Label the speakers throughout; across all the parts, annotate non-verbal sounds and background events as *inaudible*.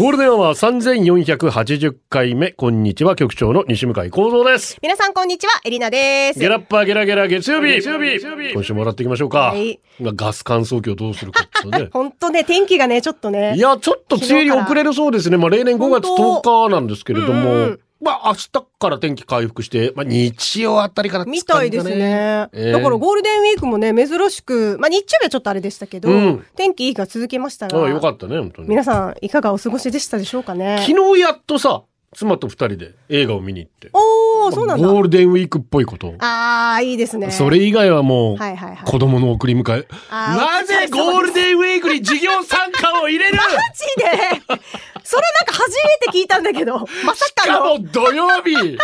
Speaker 1: ゴールデンは3480回目、こんにちは、局長の西向井幸三です。
Speaker 2: 皆さんこんにちは、エリナです。
Speaker 1: ゲラッパーゲラゲラ月曜日月曜日今週もらっていきましょうか。
Speaker 2: はい。
Speaker 1: まあガス乾燥機をどうするかっていうね
Speaker 2: *laughs* 本当ね、天気がね、ちょっとね。
Speaker 1: いや、ちょっと梅雨入り遅れるそうですね。まあ例年5月
Speaker 2: 本当
Speaker 1: 10日なんですけれども、
Speaker 2: うんうん
Speaker 1: まあ明日から天気回復して、まあ日曜あたりから
Speaker 2: みたいですね。
Speaker 1: ええ
Speaker 2: だからゴールデンウィークもね、珍しく、まあ日曜日はちょっとあれでしたけど、
Speaker 1: うん
Speaker 2: 天気いい日が続きました
Speaker 1: あ
Speaker 2: が、
Speaker 1: あ、よかったね、本当に。
Speaker 2: 皆さんいかがお過ごしでしたでしょうかね。
Speaker 1: 昨日やっとさ、妻と二人で映画を見に行って。
Speaker 2: おー、そうなんだ。
Speaker 1: ゴールデンウィークっぽいこと。
Speaker 2: あー、いいですね。
Speaker 1: それ以外はもう、
Speaker 2: はいはいはい。
Speaker 1: 子供の送り迎え。
Speaker 2: あ
Speaker 1: な
Speaker 2: ー
Speaker 1: ぜゴールデンウィークに授業参加を入
Speaker 2: *laughs*
Speaker 1: れる
Speaker 2: マジでそれなんか初めて聞いたんだけど、まさ
Speaker 1: し
Speaker 2: か
Speaker 1: か
Speaker 2: の。
Speaker 1: も土曜
Speaker 2: *laughs*
Speaker 1: 日い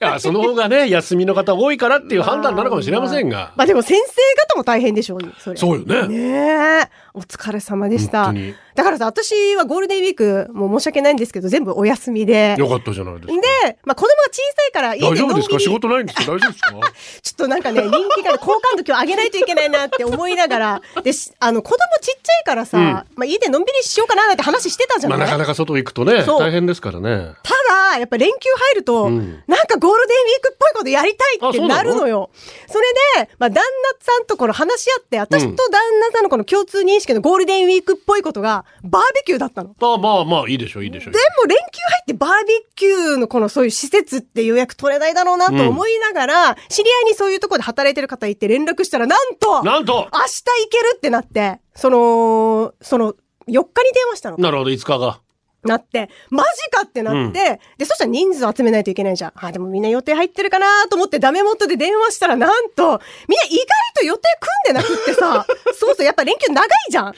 Speaker 1: やその方がね、休みの方多いからっていう判断なのかもしれませんが。
Speaker 2: *laughs* まあでも先生方も大変でしょうね、それ。
Speaker 1: そうよね。
Speaker 2: ねえ。お疲れ様でし
Speaker 1: 本当
Speaker 2: た。
Speaker 1: に。
Speaker 2: だからさ、私はゴールデンウィーク、もう申し訳ないんですけど、全部お休みで。
Speaker 1: よかったじゃないです
Speaker 2: で
Speaker 1: か。、
Speaker 2: まあ、子供が小さいから家
Speaker 1: 大
Speaker 2: で
Speaker 1: 丈
Speaker 2: のん
Speaker 1: 夫
Speaker 2: び
Speaker 1: で
Speaker 2: り
Speaker 1: すか仕事ないんですか大丈夫
Speaker 2: *laughs*
Speaker 1: ですか
Speaker 2: ちょっとなんかね、人気が、好感度今日上げないといけないなって思いながら、で、しあの、子供ちっちゃいからさ、
Speaker 1: うん
Speaker 2: まあ、家でのんびりしようかななんて話してたじゃ
Speaker 1: ま
Speaker 2: な
Speaker 1: あ
Speaker 2: い、
Speaker 1: なかなか外行くとね、
Speaker 2: そう
Speaker 1: 大変ですからね。
Speaker 2: ただ、やっぱ連休入ると、
Speaker 1: うん
Speaker 2: なんかゴールデンウィークっぽいことやりたい
Speaker 1: あ
Speaker 2: っ
Speaker 1: そう
Speaker 2: て
Speaker 1: な
Speaker 2: な
Speaker 1: の
Speaker 2: るのよ。それで、まあ、旦那さんとこの話し合って、私
Speaker 1: うん
Speaker 2: と旦那さんのこの共通認識のゴールデンウィークっぽいことが、バーベキューだったの。
Speaker 1: まあまあまあ、いいでしょう、いいでしょう
Speaker 2: で。も連休入ってバーベキューのこのそういう施設って予約取れないだろうなと思いながら、知り合いにそういうところで働いてる方いて連絡したら、なんと明
Speaker 1: なんと
Speaker 2: 日行けるってなって、その、その、4日に電話したの。
Speaker 1: なるほど、5日が。
Speaker 2: なって、マジかってなって、
Speaker 1: うん
Speaker 2: で、そしたら人数集めないといけないじゃん。あ、でもみんな予定入ってるかなと思ってダメ元で電話したら、なんと、みんな意外と予定組んでなくっ
Speaker 1: *laughs*
Speaker 2: てさ、そうそう、やっぱ連休長いじゃん。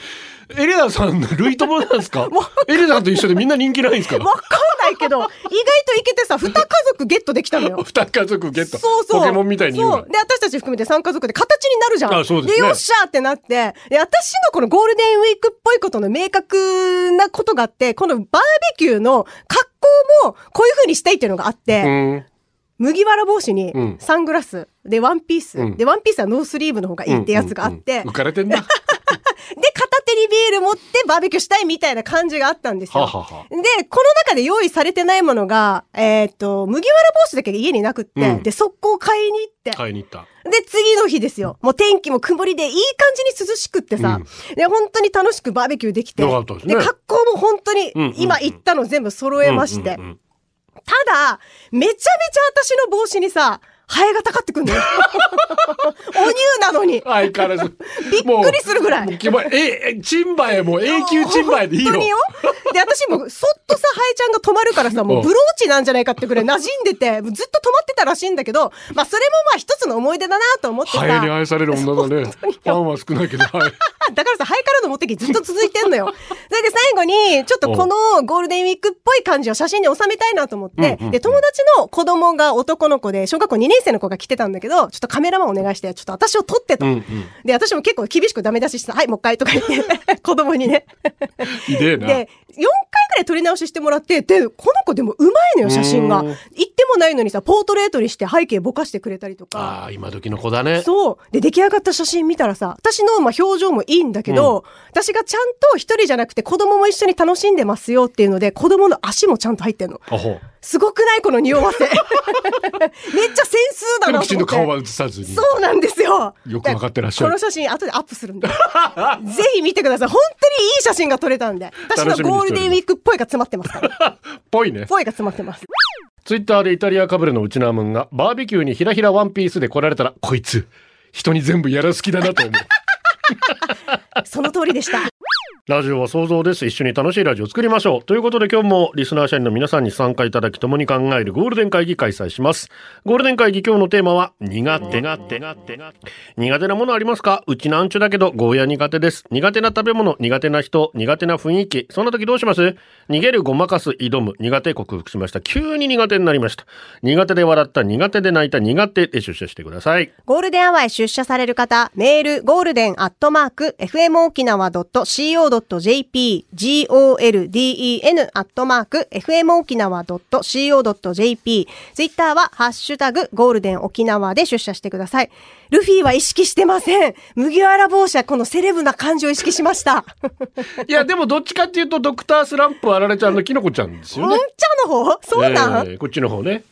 Speaker 1: エレナさん、類友なんですか
Speaker 2: *laughs* もう
Speaker 1: エレナと一緒でみんな人気ないんですか
Speaker 2: わかんないけど、意外といけてさ、2家族ゲットできたの
Speaker 1: *laughs*
Speaker 2: よ。
Speaker 1: 二家族ゲット。
Speaker 2: そうそう。
Speaker 1: ポケモンみたいに言うな
Speaker 2: そう。で、私たち含めて3家族で形になるじゃん。
Speaker 1: あそうですね
Speaker 2: よっしゃーってなって。で、私のこのゴールデンウィークっぽいことの明確なことがあって、このバーベキューの格好もこういう風にしたいっていうのがあって、
Speaker 1: うん。
Speaker 2: 麦わら帽子に
Speaker 1: うん
Speaker 2: サングラスでワンピース、
Speaker 1: うん
Speaker 2: で、ワンピースはノースリーブの方がいいってやつがあって、
Speaker 1: うんうんうん浮かれてんな。
Speaker 2: *laughs*
Speaker 1: は
Speaker 2: で、片手にビール持ってバーベキューしたいみたいな感じがあったんです
Speaker 1: あ
Speaker 2: よ。
Speaker 1: はあはあ。
Speaker 2: で、この中で用意されてないものが、えーっと、麦わら帽子だけ家になくって、
Speaker 1: うん
Speaker 2: で、速攻買いに行って、
Speaker 1: 買いに行った。
Speaker 2: で、次の日ですよ。もう天気も曇りで、いい感じに涼しくってさ、で、本当に楽しくバーベキューできて、
Speaker 1: よかったですね
Speaker 2: 格好も本当に
Speaker 1: うんうんうん、
Speaker 2: 今言ったの全部揃えまして、
Speaker 1: うんうんうん
Speaker 2: ただ、めちゃめちゃ私の帽子にさ、ハエがたかってくん
Speaker 1: *laughs*
Speaker 2: のよ。お乳なのに。
Speaker 1: 相変わらず。
Speaker 2: *laughs* びっくりするぐらい
Speaker 1: もう。もうえ、え、チンバエも永久チンバエでいいよ。
Speaker 2: 本当によ。で、私もそっとさ、ハエちゃんが止まるからさ、もうブローチなんじゃないかってぐらい馴染んでて、ずっと止まってたらしいんだけど、まあそれもまあ一つの思い出だなと思ってさ。
Speaker 1: ハエに愛される女だ
Speaker 2: *laughs*
Speaker 1: ね。ファンは少ないけど、ハエ。
Speaker 2: だからさ、ハイカラの持ってきずっと続いてん
Speaker 1: *laughs*
Speaker 2: のよ。それで最後に、ちょっとこのゴールデンウィークっぽい感じを写真に収めたいなと思って、
Speaker 1: うんうん
Speaker 2: で、友達の子供が男の子で、小学校2年生の子が来てたんだけど、ちょっとカメラマンお願いして、ちょっと私を撮ってと。
Speaker 1: うんうん
Speaker 2: で、私も結構厳しくダメ出ししてた、はい、もう一回とか言
Speaker 1: *laughs*
Speaker 2: って、子供にね。
Speaker 1: ひでえな。
Speaker 2: で、4回くらい撮り直ししてもらって、で、この子でもうまいのよ、写真が。
Speaker 1: うん
Speaker 2: 言ってもないのにさ、ポートレートにして背景ぼかしてくれたりとか。
Speaker 1: ああ、今時の子だね。
Speaker 2: そう。で、出来上がった写真見たらさ、私のまあ表情もいいんだけど、私がちゃんと一人じゃなくて子供も一緒に楽しんでますよっていうので、子供の足もちゃんと入ってんの。
Speaker 1: あほ。
Speaker 2: すごくないこの匂
Speaker 1: *laughs*
Speaker 2: わせ。めっちゃセンスだ
Speaker 1: で
Speaker 2: な
Speaker 1: も
Speaker 2: と思って。
Speaker 1: きちんと顔は映さずに。
Speaker 2: そうなんですよ。
Speaker 1: よくわかってらっしゃ
Speaker 2: こ
Speaker 1: る
Speaker 2: の。写真後でアップする
Speaker 1: *laughs*
Speaker 2: んで。ぜひ見てください。本当にいい写真が撮れたんで。私のゴールデンウィークっぽいが詰まってますから。
Speaker 1: *laughs* ぽいね。
Speaker 2: ぽいが詰まってます。
Speaker 1: ツイッターでイタリアかぶれのウチナームンが、バーベキューにひらひらワンピースで来られたら、こいつ、人に全部やらす気だなと思う。
Speaker 2: その通りでした。
Speaker 1: ラジオは想像です。一緒に楽しいラジオを作りましょう。ということで今日もリスナー社員の皆さんに参加いただき共に考えるゴールデン会議開催します。ゴールデン会議今日のテーマは苦手が手が手が苦手なものありますかうちなんちゅだけどゴーヤ苦手です。苦手な食べ物、苦手な人、苦手な雰囲気。そんな時どうします逃げるごまかす挑む苦手克服しました。急に苦手になりました。苦手で笑った、苦手で泣いた、苦手で出社してください。
Speaker 2: ゴールデンアワーへ出社される方、メール、ゴールデンアットマーク、fmokinawa.co.jp、golden アットマーク、fmokinawa.co.jp、ツイッターは、ハッシュタグ、ゴールデン沖縄で出社してください。ルフィは意識してません。麦わら帽子はこのセレブな感じを意識しました。
Speaker 1: いや、でもどっちかっていうと、ドクタースランプあられちゃんのキノコちゃんです
Speaker 2: うん
Speaker 1: よね。
Speaker 2: ちゃの方そうなん、
Speaker 1: えーこっちの方ね。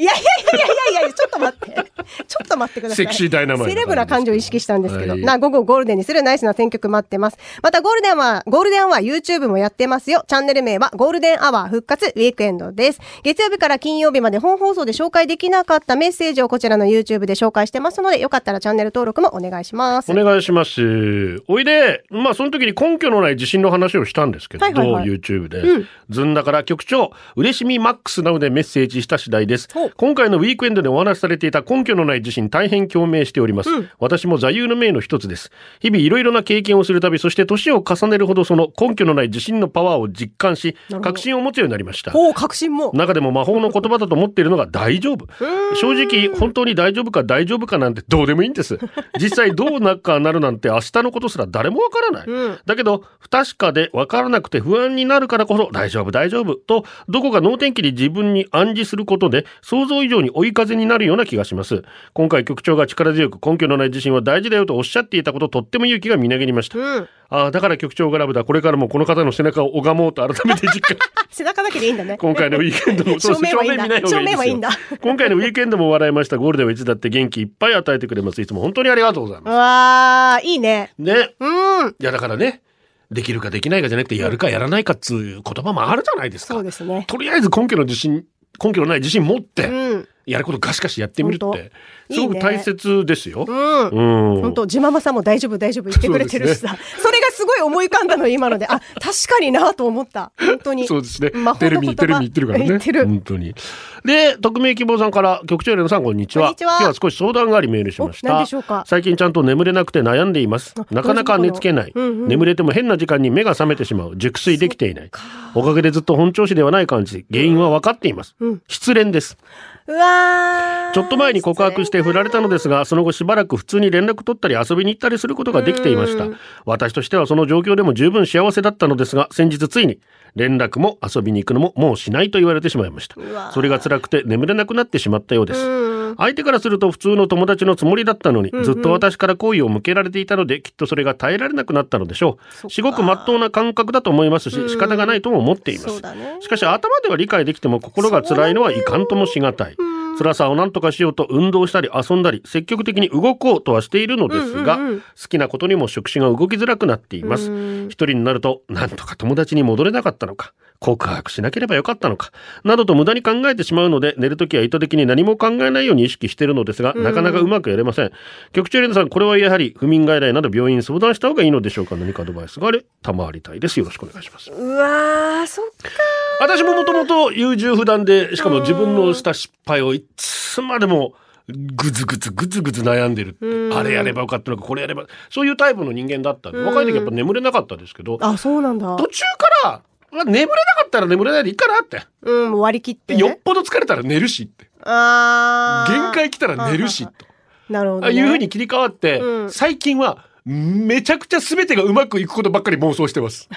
Speaker 2: いやいやいやいやいや、ちょっと待って。ちょっと待ってくださ
Speaker 1: セ
Speaker 2: い。
Speaker 1: クシーダイナマイト
Speaker 2: セレブな感情を意識したんですけど。
Speaker 1: はい
Speaker 2: な、午後ゴールデンにするナイスな選曲待ってます。またゴールデンは、ゴールデンは YouTube もやってますよ。チャンネル名はゴールデンアワー復活ウィークエンドです。月曜日から金曜日まで本放送で紹介できなかったメッセージをこちらの YouTube で紹介してますので、よかったらチャンネル登録もお願いします。
Speaker 1: お願いします。おいで、まあその時に根拠のない自信の話をしたんですけど、
Speaker 2: はいはいはい
Speaker 1: YouTube で。
Speaker 2: うん
Speaker 1: ずんだから局長、嬉しみマックスなのでメッセージした次第です
Speaker 2: ほう。
Speaker 1: 今回のウィークエンドでお話しされていた根拠のない自信、大変共鳴しております。
Speaker 2: うん
Speaker 1: 私も座右の銘の一つです。日々いろいろな経験をするたび、そして年を重ねるほどその根拠のない自信のパワーを実感し
Speaker 2: なるほ、ど
Speaker 1: 確信を持つようになりました。
Speaker 2: おお、確信も。
Speaker 1: 中でも魔法の言葉だと思っているのが大丈夫。正直、本当に大丈夫か大丈夫かなんてどうでもいいんです。実際どうなるかなるなんて明日のことすら誰もわからない。
Speaker 2: うん
Speaker 1: だけど、不確かでわからなくて不安になるからこそ大丈夫大丈夫と、どこか脳天気に自分に暗示することで想像以上に追い風になるような気がします。今回局長が力強く根拠のない自信は大事だよとおっしゃっていたこととっても勇気がみなぎりました。
Speaker 2: うん。
Speaker 1: ああ、だから局長がラブだ。これからもこの方の背中を拝もうと改めて実感。
Speaker 2: 背中だけでいいんだね。
Speaker 1: 今回のウィークエンド
Speaker 2: *laughs*
Speaker 1: も
Speaker 2: 正面はいいんだ
Speaker 1: そうです正面見な
Speaker 2: 正面はいいんだ
Speaker 1: 方がですよ今回のウィークエンドも笑いましたゴールデンはいつだって元気いっぱい与えてくれますいつも本当にありがとうございうま
Speaker 2: わー、いいね。
Speaker 1: すね
Speaker 2: うん。
Speaker 1: いやだからねできるかできないかじゃなくてやるかやらないかっつう言葉もあるじゃないですか
Speaker 2: そうですね。
Speaker 1: とりあえず根拠の自信根拠のない自信持っ
Speaker 2: う
Speaker 1: て
Speaker 2: ん。
Speaker 1: やることガシガシやってみるっ
Speaker 2: 本
Speaker 1: て
Speaker 2: 当
Speaker 1: すご
Speaker 2: いい
Speaker 1: く
Speaker 2: ね
Speaker 1: 大切ですよ
Speaker 2: うん。
Speaker 1: うん
Speaker 2: 本当ジママさんも大丈夫大丈夫言ってくれてるし *laughs* さそ,、れがすごい思い浮かんだの今のであ確かになと思
Speaker 1: *laughs*
Speaker 2: った本当に
Speaker 1: そうですね
Speaker 2: 魔。法
Speaker 1: テレ
Speaker 2: の言葉
Speaker 1: ビ、テレビ言ってるからね。
Speaker 2: 言ってる
Speaker 1: 本当に。で、匿名希望さんから、局長エレナさん、こんにちは。
Speaker 2: こんにちは
Speaker 1: 今日は少し相談がありメールしまし
Speaker 2: お
Speaker 1: た。
Speaker 2: 何でしょうか
Speaker 1: 最近ちゃんと眠れなくて悩んでいます
Speaker 2: あ。
Speaker 1: なかなか寝つけない。
Speaker 2: どういうことうんうん
Speaker 1: 眠れても変な時間に目が覚めてしまう。熟睡できていない。おかげでずっと本調子ではない感じ。原因は分かっています。
Speaker 2: うん
Speaker 1: 失恋です。
Speaker 2: うわー
Speaker 1: ちょっと前に告白して振られたのですが、その後しばらく普通に連絡取ったり遊びに行ったりすることができていました。私としてはその状況でも十分幸せだったのですが、先日ついに連絡も遊びに行くのももうしないと言われてしまいました
Speaker 2: うわ。
Speaker 1: それが辛くて眠れなくなってしまったようです。
Speaker 2: うん
Speaker 1: 相手からすると普通の友達のつもりだったのに、ずっと私から好意を向けられていたので、きっとそれが耐えられなくなったのでしょう。すごく真っ当な感覚だと思いますし、仕方がないとも思っていま
Speaker 2: そう
Speaker 1: す
Speaker 2: だ。ね
Speaker 1: しかし頭では理解できても心が辛いのはいかんともしがたい。辛さを何とかしようと運動したり遊んだり積極的に動こうとはしているのですが、
Speaker 2: うんうんうん
Speaker 1: 好きなことにも触手が動きづらくなっています。一人になると何とか友達に戻れなかったのか、告白しなければよかったのか、などと無駄に考えてしまうので寝るときは意図的に何も考えないように意識しているのですが、なかなかうまくやれません。局長レナさん、これはやはり不眠外来など病院に相談した方がいいのでしょうか何かアドバイスがあれ、賜りたいです。よろしくお願いします。
Speaker 2: うわーそっか
Speaker 1: 私ももともと優柔不断で、しかも自分のした失敗をいつまでもぐずぐずぐずぐず悩んでるって、あれやればよかったのか、これやれば、そういうタイプの人間だったんで、若い時やっぱ眠れなかったですけど、
Speaker 2: あそうなんだ
Speaker 1: 途中から、まあ眠れなかったら眠れないでいいかなって。
Speaker 2: うんもう割り切って、
Speaker 1: で
Speaker 2: ね、
Speaker 1: よっぽど疲れたら寝るしって。
Speaker 2: あー
Speaker 1: 限界来たら寝るし
Speaker 2: あ
Speaker 1: と。
Speaker 2: なるほど、
Speaker 1: あ
Speaker 2: ね、
Speaker 1: いうふうに切り替わって、
Speaker 2: うん
Speaker 1: 最近は、めちゃくちゃ全てがうまくいくことばっかり妄想して
Speaker 2: *laughs*
Speaker 1: ます。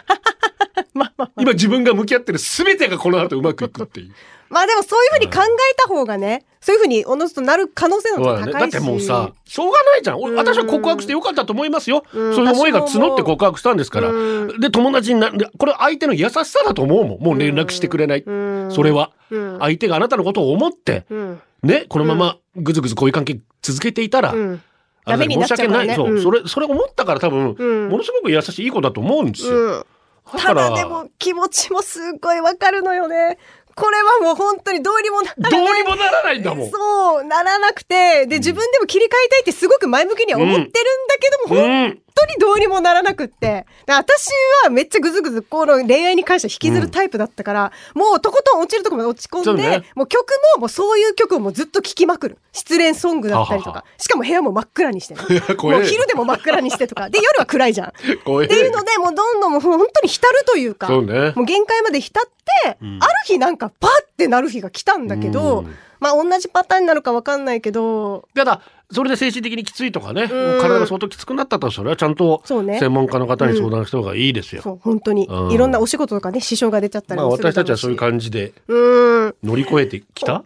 Speaker 1: 今自分が向き合ってる全てがこの後うまくいくっていう。
Speaker 2: まあでもそういうふうに考えた方がねそういうふうにおのずとなる可能 *laughs* 性の方
Speaker 1: そう
Speaker 2: が
Speaker 1: だね
Speaker 2: 高
Speaker 1: だ
Speaker 2: いし
Speaker 1: ってもうさしょうがないじゃん俺
Speaker 2: うん
Speaker 1: 私は告白してよかったと思いますよ、
Speaker 2: うん
Speaker 1: そういう思いが募って告白したんですから、
Speaker 2: う
Speaker 1: で友達になでこれ相手の優しさだと思うもんもう連絡してくれない、
Speaker 2: うん
Speaker 1: それは、
Speaker 2: うん
Speaker 1: 相手があなたのことを思って
Speaker 2: うん
Speaker 1: ねこのままぐずぐずこういう関係続けていたら、
Speaker 2: うん
Speaker 1: あなたに申し訳ない、
Speaker 2: ダメになっちゃう
Speaker 1: そ
Speaker 2: から
Speaker 1: う、そ
Speaker 2: ねうん
Speaker 1: れそれ思ったから多分、
Speaker 2: うん
Speaker 1: ものすごく優しいいい子だと思うんですよ、
Speaker 2: うん
Speaker 1: だか
Speaker 2: た
Speaker 1: ら
Speaker 2: だでも気持ちもすっごいわかるのよね。これはもう本当にどうにもなら
Speaker 1: どう
Speaker 2: ない。
Speaker 1: にもならないんだもん
Speaker 2: そう、ならなくて、で、自分でも切り替えたいってすごく前向きには思ってるんだけども、
Speaker 1: うん
Speaker 2: 当にどうにもならなくって。だから私はめっちゃぐずぐず、この恋愛に関して引きずるタイプだったから、もうとことん落ちるとこまで落ち込
Speaker 1: そ
Speaker 2: ん
Speaker 1: う
Speaker 2: で、
Speaker 1: ね
Speaker 2: もう曲ももうそういう曲をもうずっと聴きまくる。失恋ソングだったりと
Speaker 1: ははは
Speaker 2: か。しかも部屋も真っ暗にしてね。
Speaker 1: *laughs* 怖え
Speaker 2: もう昼でも真っ暗にしてとか。で、夜は暗いじゃん。っていう
Speaker 1: 怖え
Speaker 2: ので、もうどんどんもう本当に浸るというか。
Speaker 1: そうね
Speaker 2: もう限界まで浸って、ある日なんかパッてなる日が来たんだけど、
Speaker 1: うん
Speaker 2: まあ同じパターンになるかわかんないけど、
Speaker 1: ただそれで精神的にきついとかね、
Speaker 2: うん
Speaker 1: 体が相当きつくなったとそれはちゃんと
Speaker 2: そうね
Speaker 1: 専門家の方に相談した方がいいですよ。
Speaker 2: そう、本当に
Speaker 1: う。ん
Speaker 2: いろんなお仕事とかね、支障が出ちゃったり
Speaker 1: まあ
Speaker 2: もする
Speaker 1: 私
Speaker 2: だ
Speaker 1: た
Speaker 2: ろうし
Speaker 1: ちはそういう感じで
Speaker 2: うーん。
Speaker 1: 乗り越えてきた。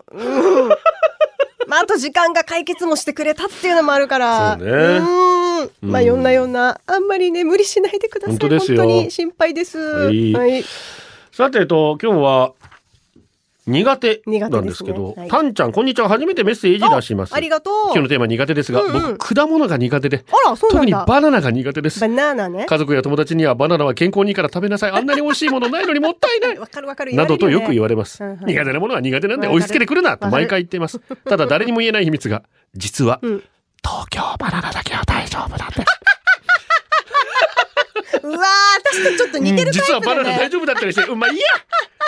Speaker 2: まああと時間が解決もしてくれたっていうのもあるから。
Speaker 1: そうね
Speaker 2: ーん。まあ
Speaker 1: うん
Speaker 2: いろんなような、あんまりね、無理しないでください。
Speaker 1: 本当ですよ
Speaker 2: 本当に心配です。
Speaker 1: はい
Speaker 2: はい。
Speaker 1: さてえっと今日は苦手
Speaker 2: 苦
Speaker 1: な
Speaker 2: 手
Speaker 1: ん
Speaker 2: で
Speaker 1: です
Speaker 2: す
Speaker 1: け
Speaker 2: ね
Speaker 1: ど、
Speaker 2: はい
Speaker 1: タンちゃんこんにちは初めてメッセージ出します。
Speaker 2: ありがとう。
Speaker 1: 今日のテーマ苦手ですが、
Speaker 2: うんうん
Speaker 1: 僕果物が苦手で
Speaker 2: あら、そうな
Speaker 1: 特
Speaker 2: ん
Speaker 1: に
Speaker 2: だ。
Speaker 1: バナナが苦手です
Speaker 2: バ。ナナね。
Speaker 1: 家族や友達にはバナナは健康にいいから食べなさいあんなに美味しいものないのにもったいない
Speaker 2: わかるわかる。
Speaker 1: などとよく言われます、
Speaker 2: うんうん
Speaker 1: 苦手なものは苦手なんで
Speaker 2: わかる
Speaker 1: 押し付けてくるなと毎回言っていますただ誰にも言えない秘密が実は、
Speaker 2: ん
Speaker 1: 東京バナナだけは大丈夫なんです
Speaker 2: れる。うわー、私とちょっと似てるタイプ
Speaker 1: 実は
Speaker 2: だね。
Speaker 1: バナナ大丈夫だったりしてうんまあいいや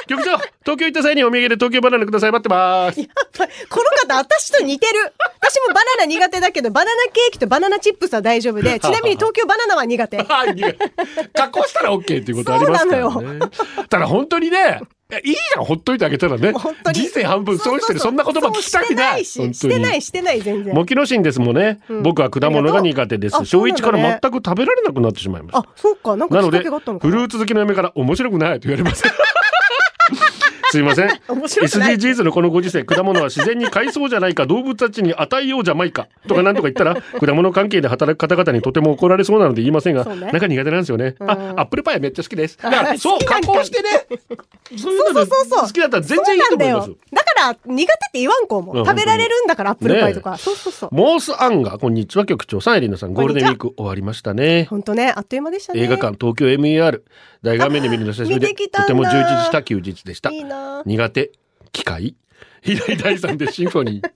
Speaker 1: 局長東京行った際にお土産で東京バナナください待ってます
Speaker 2: やっぱりこの方私と似てる私もバナナ苦手だけどバナナケーキとバナナチップスは大丈夫
Speaker 1: *laughs*
Speaker 2: でちなみに東京バナナは苦手
Speaker 1: はい苦い加工したら OK っていうことありますから
Speaker 2: そうな
Speaker 1: ねただ本当にねいやいいじゃんほっといてあげたらね
Speaker 2: もう本当に
Speaker 1: 人生半分損してるそんな言葉聞きたくない
Speaker 2: そうし
Speaker 1: 本当
Speaker 2: て
Speaker 1: に
Speaker 2: ないししてないしてない全然
Speaker 1: モキノシンですもんね、
Speaker 2: うん
Speaker 1: 僕は果物が苦手で
Speaker 2: あ
Speaker 1: す
Speaker 2: りがとう
Speaker 1: 小
Speaker 2: あ
Speaker 1: 一
Speaker 2: そう
Speaker 1: か
Speaker 2: なんだね
Speaker 1: ら全く食べられなくなってしまいました
Speaker 2: あそうかなんか
Speaker 1: な
Speaker 2: き
Speaker 1: の
Speaker 2: っか
Speaker 1: で
Speaker 2: けがあったのか
Speaker 1: フルーツ好きの嫁から面白くないと言われます *laughs* すいません
Speaker 2: *laughs* 面白くない
Speaker 1: SDGs のこのご時世果物は自然に海藻じゃないか動物たちに与えようじゃないかとかなんとか言った
Speaker 2: *laughs*
Speaker 1: ら果物関係で働く方々にとても怒られそうなので言いませんが、
Speaker 2: そうね
Speaker 1: なんか苦手なんですよね、
Speaker 2: ん
Speaker 1: あアップルパイめっちゃ好きですだからそう
Speaker 2: 好きな
Speaker 1: 加
Speaker 2: んか
Speaker 1: 工してねそうい
Speaker 2: そううそ
Speaker 1: の
Speaker 2: うそうそう
Speaker 1: 好きだったら全然いいと思います
Speaker 2: そうなんだよだから苦手って言わんこう
Speaker 1: うん
Speaker 2: も食べられるんだからアップルパイとか、そうそうそう
Speaker 1: モースアンガーこんにちは局長さんエリナさんゴ
Speaker 2: こ
Speaker 1: ー
Speaker 2: ん
Speaker 1: ルデ
Speaker 2: に
Speaker 1: ン
Speaker 2: ちは
Speaker 1: ウィーク終わりましたね
Speaker 2: 本当ねあっという間でしたね
Speaker 1: 映画館東京 MER 大画面で見るの久しぶり
Speaker 2: あ
Speaker 1: で
Speaker 2: 見てきたん
Speaker 1: とても
Speaker 2: だ
Speaker 1: 充実した休日でした
Speaker 2: いいな
Speaker 1: 苦手機械 *laughs* 平井大さんでシンフォニー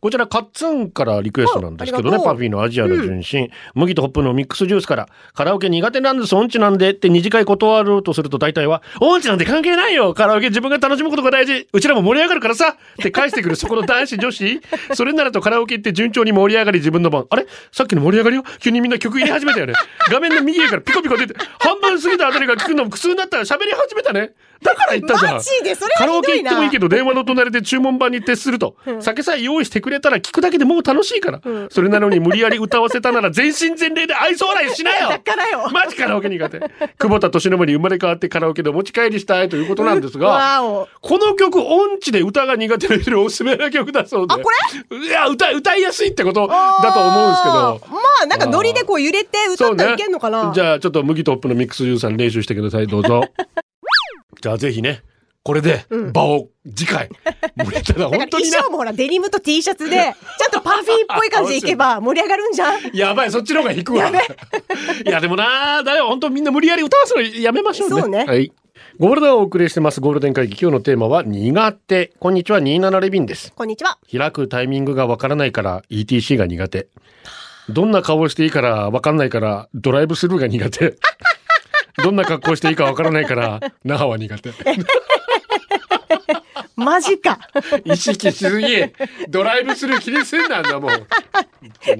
Speaker 1: こちらカッツンからリクエストなんですけど
Speaker 2: ああ
Speaker 1: ね
Speaker 2: りがとう
Speaker 1: パフィーのアジアの純真、麦とホップのミックスジュースからカラオケ苦手なんです音痴なんでって二次会断ろうとすると大体は音痴なんて関係ないよカラオケ自分が楽しむことが大事うちらも盛り上がるからさって返してくるそこの男子女子それならとカラオケ行って順調に盛り上がり自分の番あれさっきの盛り上がりよ急にみんな曲入れ始めたよね画面の右上からピコピコ出て半分過ぎたあたりが聞くのも苦痛になったら喋り始めたねだから言ったじゃん
Speaker 2: マジでそれ
Speaker 1: カラ
Speaker 2: は
Speaker 1: オ
Speaker 2: ひど
Speaker 1: ケ
Speaker 2: い
Speaker 1: 行っ
Speaker 2: な
Speaker 1: てもいいけど電話の隣で注文版に徹すると、酒さえ用意してくれたら聞くだけでもう楽しいから、それなのに無理やり歌わせたなら全身全霊で愛想笑いしなよ
Speaker 2: だからよ
Speaker 1: マジカラオケ苦手久保田利伸に生まれ変わってカラオケでお持ち帰りしたいということなんですが
Speaker 2: わお
Speaker 1: この曲音痴で歌が苦手な人におすすめな曲だそうで
Speaker 2: あこ
Speaker 1: れいや歌歌いやすいってことだと思うんですけど
Speaker 2: あーまあなんかノリでこう揺れて歌ったらいけんのかな、
Speaker 1: じゃあちょっと麦トップのミックスジュースさん練習してくださいどうぞじゃあぜひねこれで場を次回盛りたら
Speaker 2: だか
Speaker 1: 本
Speaker 2: ら
Speaker 1: 当に
Speaker 2: 衣
Speaker 1: な
Speaker 2: 装もほらデニムと T シャツでちゃんとパフィーっぽい感じでいけば盛り上がるんじゃん
Speaker 1: やばいそっちの方が引くわ
Speaker 2: やべ
Speaker 1: *laughs* いやでもなだよ本当みんな無理やり歌わせるのやめましょうね
Speaker 2: そうね
Speaker 1: はいゴールデンをお送りしてますゴールデン会議今日のテーマは苦手こんにちは27レビンです
Speaker 2: こんにちは
Speaker 1: 開くタイミングがわからないから ETC が苦手どんな顔していいからわかんないからドライブスルーが苦手どんな格好していいかわからないから那覇は苦手
Speaker 2: マジか
Speaker 1: 意識しすぎドライブスルー気にすんなんだもん
Speaker 2: でも確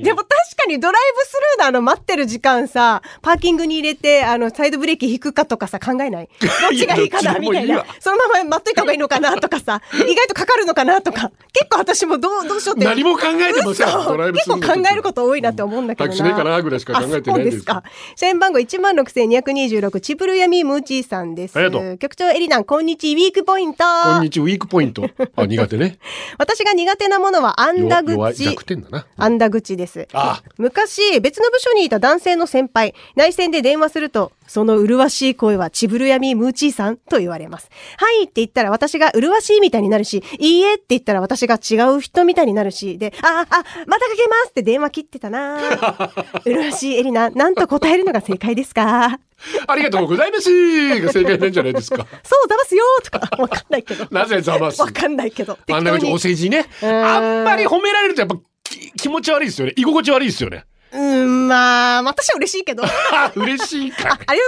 Speaker 2: かにドライブスルーのあの待ってる時間さパーキングに入れてあのサイドブレーキ引くかとかさ考えないどっちがいいか
Speaker 1: いやどっちでも
Speaker 2: なみたい
Speaker 1: いい
Speaker 2: な
Speaker 1: わ
Speaker 2: そのまま待っといた方がいいのかなとかさ意外とかかるのかなとか結構私もどうどうしようって
Speaker 1: 何も考えてません
Speaker 2: 嘘
Speaker 1: ドライブス
Speaker 2: 結
Speaker 1: ルー
Speaker 2: 構
Speaker 1: の時
Speaker 2: 考えること多いなって思うんだけ
Speaker 1: タ
Speaker 2: どな。
Speaker 1: クシーねえかなぐらいしか考えてない
Speaker 2: あそ
Speaker 1: で
Speaker 2: うですすか。社員番号1万6226チブルヤミームーチーさんです。
Speaker 1: ありがとう
Speaker 2: 局長エリナン、こんにちは、ウィークポイント。
Speaker 1: こんにちはウィークポイントあ苦手ね
Speaker 2: 私が苦手なものはアンダ
Speaker 1: 弱弱い
Speaker 2: 口
Speaker 1: 弱。点だな
Speaker 2: アンダ口です。
Speaker 1: あ
Speaker 2: 昔、別の部署にいた男性の先輩、内戦で電話すると、その麗しい声はチブルヤミームーチーさんと言われます。はいって言ったら私が麗しいみたいになるし、いいえって言ったら私が違う人みたいになるし、で、あ、あ、またかけますって電話切って
Speaker 1: *laughs*
Speaker 2: たな麗しいエリナ、なんと答えるのが正解ですか
Speaker 1: ありがとうございますが正解なんじゃないですか
Speaker 2: そう、ざますよとか、わかんないけど。
Speaker 1: なぜざます
Speaker 2: わかんないけど。
Speaker 1: あんな感じお世辞ね
Speaker 2: ん
Speaker 1: あんまり褒められるとやっぱき気持ち悪いですよね居心地悪いですよね
Speaker 2: うん、まあ、私は嬉しいけど。あ
Speaker 1: あ嬉しいか。
Speaker 2: あり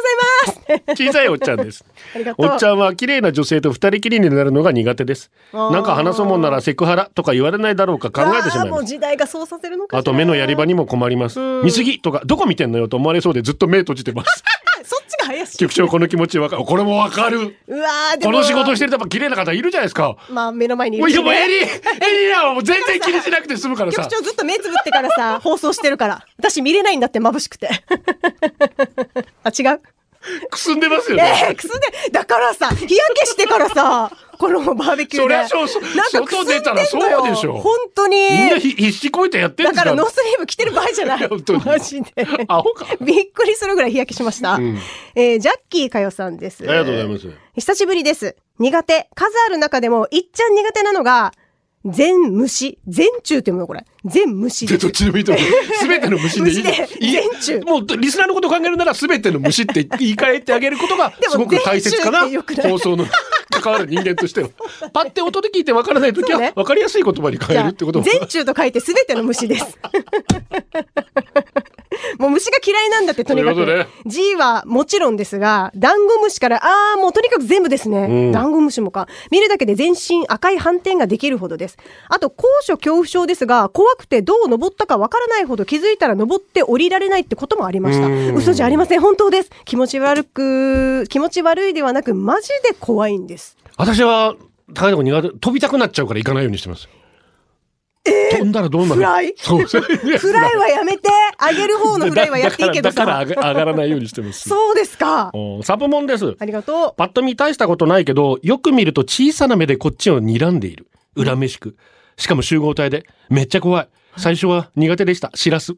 Speaker 2: がとうございます。
Speaker 1: 小さいおっちゃんです。
Speaker 2: ありがとう。
Speaker 1: おっちゃんは綺麗な女性と二人きりになるのが苦手です。
Speaker 2: あー
Speaker 1: なんか話そうもんならセクハラとか言われないだろうか考えてしま
Speaker 2: うわー
Speaker 1: い
Speaker 2: も
Speaker 1: ま
Speaker 2: う
Speaker 1: す。
Speaker 2: 時代がそうさせるのかしら
Speaker 1: あと目のやり場にも困ります。見すぎとか、どこ見てんのよと思われそうでずっと目閉じてます。
Speaker 2: あそっちが怪し
Speaker 1: *laughs*
Speaker 2: い。
Speaker 1: 局長この気持ちわかる。これもわかる。
Speaker 2: うわーで
Speaker 1: こ
Speaker 2: も。
Speaker 1: の仕事してるとやっぱ綺麗な方いるじゃないですか。
Speaker 2: まあ、目の前にい
Speaker 1: もう
Speaker 2: る
Speaker 1: いや
Speaker 2: し
Speaker 1: もうエ
Speaker 2: ね。
Speaker 1: リ、エリラはもう全然気にしなくて済むから
Speaker 2: 局
Speaker 1: さ。
Speaker 2: 長ずっと目つぶってから
Speaker 1: *laughs*
Speaker 2: さ、放送してるから。私見れないんだって眩しくて。 *laughs* あ、違う
Speaker 1: くすんでますよね。
Speaker 2: えー、くすんで、だからさ、日焼けしてからさ、このバーベキューで。
Speaker 1: そりゃそうそう
Speaker 2: なんかくすんで
Speaker 1: 外出
Speaker 2: んのよ
Speaker 1: たらそうでしょ
Speaker 2: 本当に。
Speaker 1: *laughs* みんなひ必死こいてやってるん
Speaker 2: だ
Speaker 1: ですか
Speaker 2: か
Speaker 1: らら
Speaker 2: ノースリーブ着てる場合じゃな
Speaker 1: *laughs*
Speaker 2: い。
Speaker 1: 本当に
Speaker 2: マジで。
Speaker 1: アホか。
Speaker 2: びっくりするぐらい日焼けしました。えージャッキーかよさんです。
Speaker 1: ありがとうございます。
Speaker 2: 久しぶりです。苦手。数ある中でも、いっちゃん苦手なのが、全虫。全虫って読むのこれ。全虫
Speaker 1: で、どっちでもいいと思う。
Speaker 2: *laughs*
Speaker 1: すべての虫でいい。
Speaker 2: 虫で
Speaker 1: いい
Speaker 2: 全虫
Speaker 1: もう、リスナーのことを考えるなら、すべての虫って言い換えてあげる
Speaker 2: *laughs*
Speaker 1: ことが、
Speaker 2: でも
Speaker 1: すごく大切かな
Speaker 2: 全虫ってよく。ない
Speaker 1: 放送の関わる人間としては。パッて音で聞いてわからないとき
Speaker 2: そう
Speaker 1: は
Speaker 2: ね、
Speaker 1: わかりやすい言葉に変えるってことも
Speaker 2: じゃあ全虫と書いてすべての虫
Speaker 1: *laughs*
Speaker 2: です。もう虫が嫌いなんだって、とにか
Speaker 1: そういう
Speaker 2: く
Speaker 1: こ。
Speaker 2: G はもちろんですが、ダンゴムシから、あーもうとにかく全部です
Speaker 1: うん
Speaker 2: ね。ダンゴムシもか。見るだけで全身赤い斑点ができるほどです。あと、高所恐怖症ですが、怖くてどう登ったかわからないほど気づいたら登って降りられないってこともありました
Speaker 1: うん。
Speaker 2: 嘘じゃありません。本当です。気持ち悪く、気持ち悪いではなく、マジで怖いんです。
Speaker 1: 私は、高いとこ苦手。飛びたくなっちゃうから行かないようにしてます。飛んだらどうなる
Speaker 2: フライ
Speaker 1: そう。フ
Speaker 2: *laughs* フライはやめてあげる方のフライはやっていいけど
Speaker 1: だから
Speaker 2: さ。
Speaker 1: だから上が上がらないようにしてます。
Speaker 2: そうですか。
Speaker 1: おサブモンです。
Speaker 2: ありがと
Speaker 1: パッと見大したことないけど、よく見ると小さな目でこっちを睨んでいる。恨めしく。しかも集合体で。めっちゃ怖い。最初は苦手でした。しらす。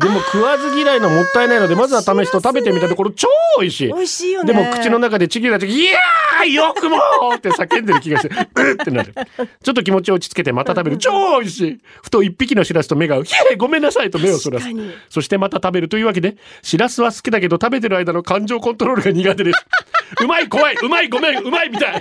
Speaker 1: でも食わず嫌いのもったいないので、まずは試しと食べてみたところ超美味しい。
Speaker 2: 美味しいよね
Speaker 1: でも口の中でちぎらちぎ、いやーよくもーって叫んでる気がして、 *laughs* うってなる。ちょっと気持ちを落ち着けてまた食べる。超美味しい。ふと一匹のしらすと目が合う。ひえごめんなさいと目をそらす
Speaker 2: 確かに。
Speaker 1: そしてまた食べるというわけで、しらすは好きだけど食べてる間の感情コントロールが苦手
Speaker 2: *laughs*
Speaker 1: です。うまい怖いうまいごめんうまいみたい。
Speaker 2: う。